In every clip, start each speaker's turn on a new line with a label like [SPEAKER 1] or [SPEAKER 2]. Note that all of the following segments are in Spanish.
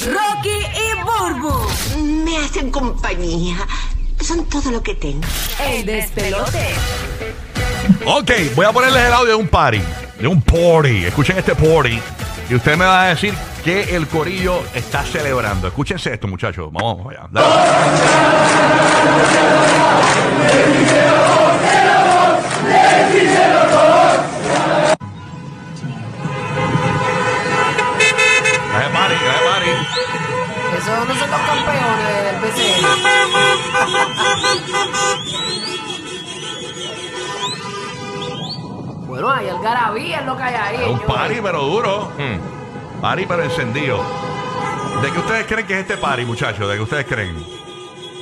[SPEAKER 1] Rocky y Burbu.
[SPEAKER 2] Me hacen compañía. Son todo lo que tengo.
[SPEAKER 1] El despelote.
[SPEAKER 3] Ok, voy a ponerles el audio de un party, de un party. Escuchen este party y usted me va a decir que el corillo está celebrando. Escúchense esto, muchachos. Vamos allá. Dale. Dale, party, dale, party.
[SPEAKER 4] Esos no son los campeones del BCN. Bueno, hay algarabía, es lo que hay ahí.
[SPEAKER 3] Es un
[SPEAKER 4] señores.
[SPEAKER 3] party, pero duro. Mm. Party, pero encendido. ¿De qué ustedes creen que es este party, muchachos? ¿De qué ustedes creen?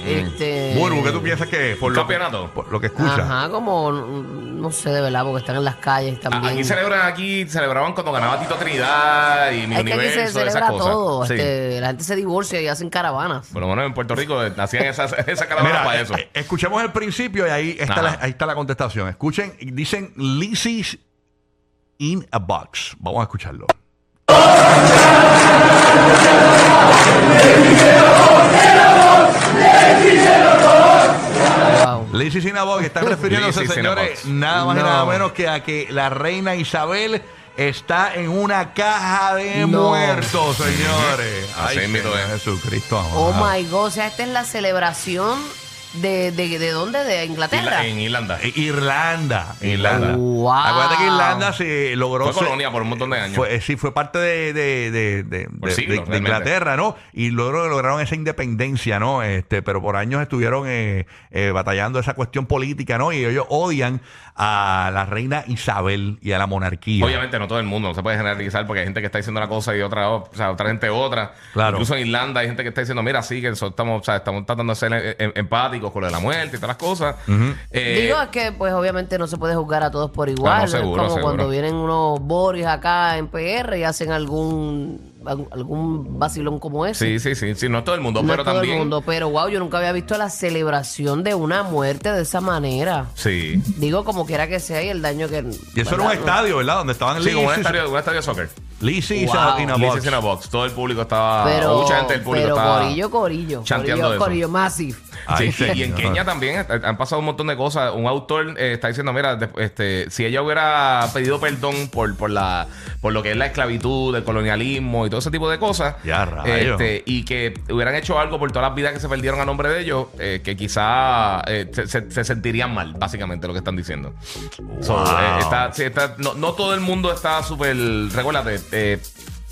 [SPEAKER 4] Este...
[SPEAKER 3] Burbu, ¿qué tú piensas que es? Por
[SPEAKER 5] Un
[SPEAKER 3] lo que-
[SPEAKER 5] campeonato.
[SPEAKER 3] por lo que escuchas.
[SPEAKER 4] Ajá, como, mm, no sé, de verdad, porque están en las calles
[SPEAKER 5] A-
[SPEAKER 4] también.
[SPEAKER 5] Ah, Aquí celebran, aquí celebraban cuando ganaba Tito Trinidad y mi
[SPEAKER 4] es que aquí
[SPEAKER 5] universo,
[SPEAKER 4] se celebra
[SPEAKER 5] esas cosas.
[SPEAKER 4] todo.
[SPEAKER 5] Sí.
[SPEAKER 4] este, la gente se divorcia y hacen caravanas.
[SPEAKER 5] Por lo menos en Puerto Rico eh, hacían esa, esa caravana
[SPEAKER 3] Mira,
[SPEAKER 5] para eso.
[SPEAKER 3] eh, escuchemos el principio y ahí está,
[SPEAKER 5] Ajá.
[SPEAKER 3] la, ahí está la contestación. Escuchen, dicen Lizzie's in a box. Vamos a escucharlo.
[SPEAKER 4] Wow.
[SPEAKER 3] Lizzie's in a box. Están refiriéndose,
[SPEAKER 5] Lizzie's in a
[SPEAKER 3] señores,
[SPEAKER 5] box.
[SPEAKER 3] nada más y
[SPEAKER 4] No.
[SPEAKER 3] nada menos que a que la reina Isabel está en una caja de
[SPEAKER 4] No.
[SPEAKER 3] muertos, señores.
[SPEAKER 5] Así mismo
[SPEAKER 3] Señor
[SPEAKER 5] es.
[SPEAKER 3] Jesucristo.
[SPEAKER 4] Oh
[SPEAKER 3] amado.
[SPEAKER 4] my god, o sea, esta es la celebración de, de, de dónde? De Inglaterra.
[SPEAKER 5] Isla- en Irlanda.
[SPEAKER 3] I- Irlanda.
[SPEAKER 5] Irlanda.
[SPEAKER 4] Wow.
[SPEAKER 3] Acuérdate que Irlanda se logró.
[SPEAKER 5] Fue
[SPEAKER 3] ser-
[SPEAKER 5] colonia por un montón de años.
[SPEAKER 3] Fue, eh, sí, fue parte de, de- de- de-
[SPEAKER 5] Por
[SPEAKER 3] de-
[SPEAKER 5] siglos,
[SPEAKER 3] de- de
[SPEAKER 5] realmente.
[SPEAKER 3] Inglaterra, ¿no? Y luego lograron esa independencia, ¿no? Este, pero por años estuvieron eh, eh, batallando esa cuestión política, ¿no? Y ellos odian a la reina Isabel y a la monarquía.
[SPEAKER 5] Obviamente no todo el mundo, no se puede generalizar porque hay gente que está diciendo una cosa y otra, o sea, otra gente otra.
[SPEAKER 3] Claro.
[SPEAKER 5] Incluso en Irlanda hay gente que está diciendo, mira, sí, que eso estamos, o sea, estamos tratando de ser eh, em- empáticos con lo de la muerte y todas las cosas. Eh, Ah,
[SPEAKER 4] Digo, es que pues obviamente no se puede juzgar a todos por igual.
[SPEAKER 5] No, no, seguro,
[SPEAKER 4] es como
[SPEAKER 5] seguro.
[SPEAKER 4] cuando vienen unos Boris acá en PR y hacen algún algún vacilón como ese.
[SPEAKER 5] sí, sí, sí, sí, no es todo el mundo,
[SPEAKER 4] No
[SPEAKER 5] pero
[SPEAKER 4] es todo
[SPEAKER 5] también...
[SPEAKER 4] el mundo, pero wow, yo nunca había visto la celebración de una muerte de esa manera.
[SPEAKER 5] Sí.
[SPEAKER 4] Digo, como quiera que sea y el daño que...
[SPEAKER 3] Y eso era un estadio, ¿verdad? Donde estaban
[SPEAKER 5] Sí, como un
[SPEAKER 3] Lizzie's-
[SPEAKER 5] estadio, un estadio de soccer.
[SPEAKER 3] Lizzie's
[SPEAKER 4] Wow.
[SPEAKER 3] in a
[SPEAKER 5] Lizzie's
[SPEAKER 3] box.
[SPEAKER 5] in a box. Todo el público estaba.
[SPEAKER 4] Pero,
[SPEAKER 5] Ah, mucha gente del público
[SPEAKER 4] pero
[SPEAKER 5] estaba.
[SPEAKER 4] corillo, corillo.
[SPEAKER 5] chanteando
[SPEAKER 4] Corillo,
[SPEAKER 5] eso.
[SPEAKER 4] corillo, massive.
[SPEAKER 3] Ay,
[SPEAKER 5] Sí, y en
[SPEAKER 3] señor.
[SPEAKER 5] Kenia también eh, han pasado un montón de cosas. Un autor eh, está diciendo, mira, de- este, si ella hubiera pedido perdón por, por la por lo que es la esclavitud, el colonialismo y todo ese tipo de cosas,
[SPEAKER 3] Ya, rayo.
[SPEAKER 5] este, y que hubieran hecho algo por todas las vidas que se perdieron a nombre de ellos, eh, que quizá eh, se, se- se sentirían mal, básicamente lo que están diciendo. So,
[SPEAKER 3] Wow.
[SPEAKER 5] eh, está- sí, está- no, no todo el mundo está súper, recuérdate, eh,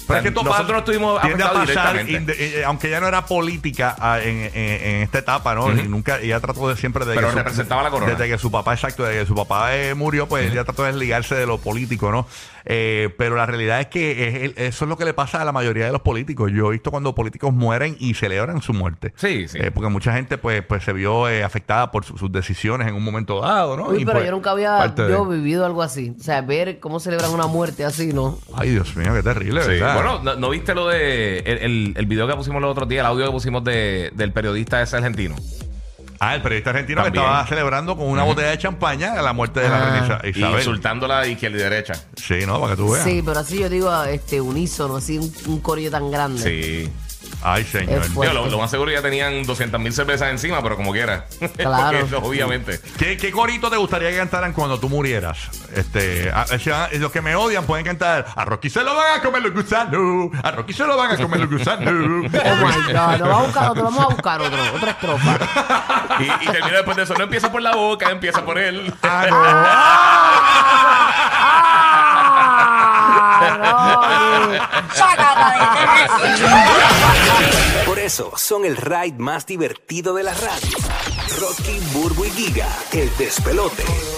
[SPEAKER 3] Pero es que esto
[SPEAKER 5] nosotros
[SPEAKER 3] pa-
[SPEAKER 5] estuvimos
[SPEAKER 3] tiende a
[SPEAKER 5] afectados
[SPEAKER 3] pasar,
[SPEAKER 5] directamente.
[SPEAKER 3] inde- eh, aunque ya no era política ah, en, en- en esta etapa, ¿no? Y nunca, ella trató de siempre de
[SPEAKER 5] Pero
[SPEAKER 3] que su-
[SPEAKER 5] representaba la corona.
[SPEAKER 3] Desde que su papá, exacto, desde que su papá eh, murió, pues ella trató de desligarse de lo político, ¿no? Eh, pero la realidad es que es el- eso es lo que le pasa a la mayoría de los políticos. Yo he visto cuando políticos mueren y celebran su muerte.
[SPEAKER 5] Sí, sí.
[SPEAKER 3] Eh, porque mucha gente pues, pues se vio eh, afectada por su- sus decisiones en un momento dado, ¿no?
[SPEAKER 4] Uy,
[SPEAKER 3] Y,
[SPEAKER 4] pero
[SPEAKER 3] pues,
[SPEAKER 4] yo nunca había
[SPEAKER 3] parte de-
[SPEAKER 4] yo vivido algo así. O sea, ver cómo celebran una muerte así, ¿no?
[SPEAKER 3] Ay, Dios mío, qué terrible,
[SPEAKER 5] Sí.
[SPEAKER 3] ¿verdad?
[SPEAKER 5] Bueno, ¿no, no viste lo de el, el- el video que pusimos los otros días, el audio que pusimos de- del periodista ese argentino?
[SPEAKER 3] Ah, el periodista argentino
[SPEAKER 5] También.
[SPEAKER 3] que estaba celebrando con una botella de champaña la muerte de la
[SPEAKER 4] Ah.
[SPEAKER 3] reina Isa-
[SPEAKER 5] Y
[SPEAKER 3] Isabel.
[SPEAKER 5] insultándola de izquierda y derecha.
[SPEAKER 3] Sí, no, para que tú veas.
[SPEAKER 4] Sí, pero así yo digo a este unísono, así un, un corillo tan grande.
[SPEAKER 5] Sí.
[SPEAKER 3] Ay, señor.
[SPEAKER 4] Es
[SPEAKER 5] Digo,
[SPEAKER 4] fuerte.
[SPEAKER 5] lo, lo más seguro ya tenían 200 mil cervezas encima, pero como quiera.
[SPEAKER 4] Claro.
[SPEAKER 5] Porque, obviamente.
[SPEAKER 3] ¿Qué, qué corito te gustaría que cantaran cuando tú murieras? Este, a- o sea, los que me odian pueden cantar A Rocky se lo van a comer los gusanos A Rocky se lo van a comer los gusanos
[SPEAKER 4] Oh my God, no, vamos a buscar otro, vamos a buscar otro, otra estrofa.
[SPEAKER 5] Y, y termina después de eso. No empieza por la boca, empieza por él.
[SPEAKER 4] Ah, no,
[SPEAKER 6] Por eso son el ride más divertido de la radio. Rocky, Burbu y Giga, el despelote.